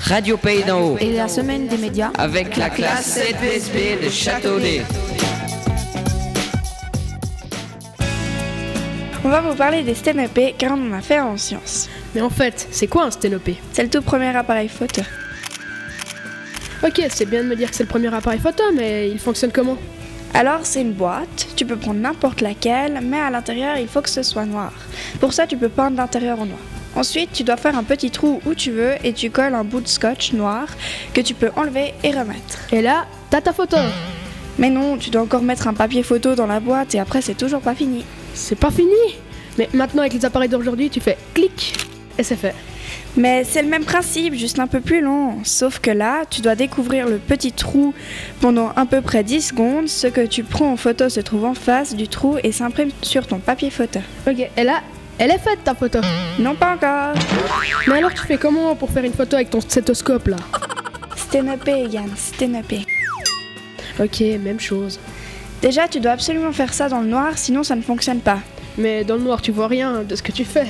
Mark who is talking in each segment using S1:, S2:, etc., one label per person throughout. S1: Radio Pays d'en Haut,
S2: et la semaine des médias.
S1: avec la classe 7PSP de Châteaudet.
S3: On va vous parler des sténopées car on en a fait en sciences.
S4: Mais en fait, c'est quoi un sténopé
S3: C'est le tout premier appareil photo.
S4: Ok, c'est bien de me dire que c'est le premier appareil photo, mais il fonctionne comment
S3: Alors c'est une boîte, tu peux prendre n'importe laquelle, mais à l'intérieur il faut que ce soit noir. Pour ça tu peux peindre l'intérieur en noir. Ensuite tu dois faire un petit trou où tu veux et tu colles un bout de scotch noir que tu peux enlever et remettre.
S4: Et là, t'as ta photo
S3: Mais non, tu dois encore mettre un papier photo dans la boîte et après c'est toujours pas fini.
S4: C'est pas fini Mais maintenant, avec les appareils d'aujourd'hui, tu fais clic et c'est fait.
S3: Mais c'est le même principe, juste un peu plus long. Sauf que là, tu dois découvrir le petit trou pendant à peu près 10 secondes. Ce que tu prends en photo se trouve en face du trou et s'imprime sur ton papier photo.
S4: Ok, et là, elle est faite ta photo
S3: Non, pas encore.
S4: Mais alors, tu fais comment pour faire une photo avec ton stéthoscope là
S3: Sténopé, Yann, sténopé.
S4: Ok, même chose.
S3: Déjà, tu dois absolument faire ça dans le noir, sinon ça ne fonctionne pas.
S4: Mais dans le noir, tu vois rien de ce que tu fais.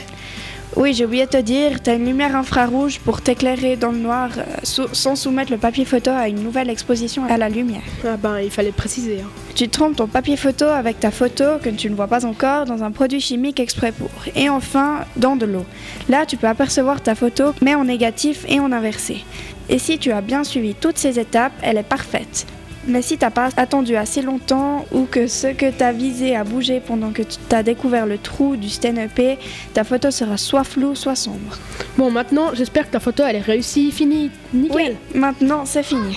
S3: Oui, j'ai oublié de te dire, t'as une lumière infrarouge pour t'éclairer dans le noir euh, sou- sans soumettre le papier photo à une nouvelle exposition à la lumière.
S4: Ah ben, il fallait préciser. hein.
S3: Tu trompes ton papier photo avec ta photo que tu ne vois pas encore dans un produit chimique exprès pour. Et enfin, dans de l'eau. Là, tu peux apercevoir ta photo, mais en négatif et en inversé. Et si tu as bien suivi toutes ces étapes, elle est parfaite. Mais si t'as pas attendu assez longtemps ou que ce que t'as visé a bougé pendant que tu t'as découvert le trou du sténopé, ta photo sera soit floue, soit sombre.
S4: Bon, maintenant, j'espère que ta photo, elle est réussie, finie, nickel.
S3: Oui, maintenant c'est fini.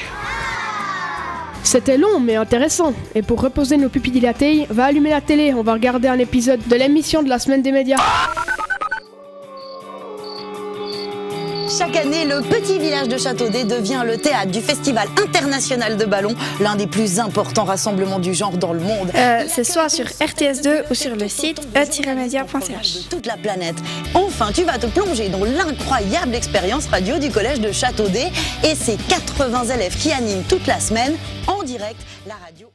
S4: C'était long, mais intéressant. Et pour reposer nos pupilles dilatées, va allumer la télé. On va regarder un épisode de l'émission de la semaine des médias.
S5: Chaque année, le petit village de Châteaudet devient le théâtre du Festival international de ballon, l'un des plus importants rassemblements du genre dans le monde.
S3: Euh, c'est soit sur RTS2 ou sur le site e-media.ch.
S5: De toute la planète. Enfin, tu vas te plonger dans l'incroyable expérience radio du collège de Châteaudet et ses 80 élèves qui animent toute la semaine en direct la radio.